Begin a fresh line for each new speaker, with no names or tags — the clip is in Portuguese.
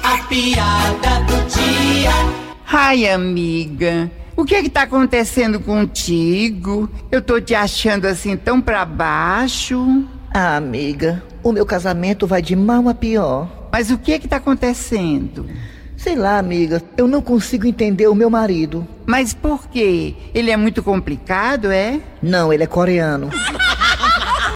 A piada do dia.
Ai, amiga, o que é que tá acontecendo contigo? Eu tô te achando assim tão pra baixo.
Ah, amiga, o meu casamento vai de mal a pior.
Mas o que é que tá acontecendo?
Sei lá, amiga, eu não consigo entender o meu marido.
Mas por quê? Ele é muito complicado, é?
Não, ele é coreano.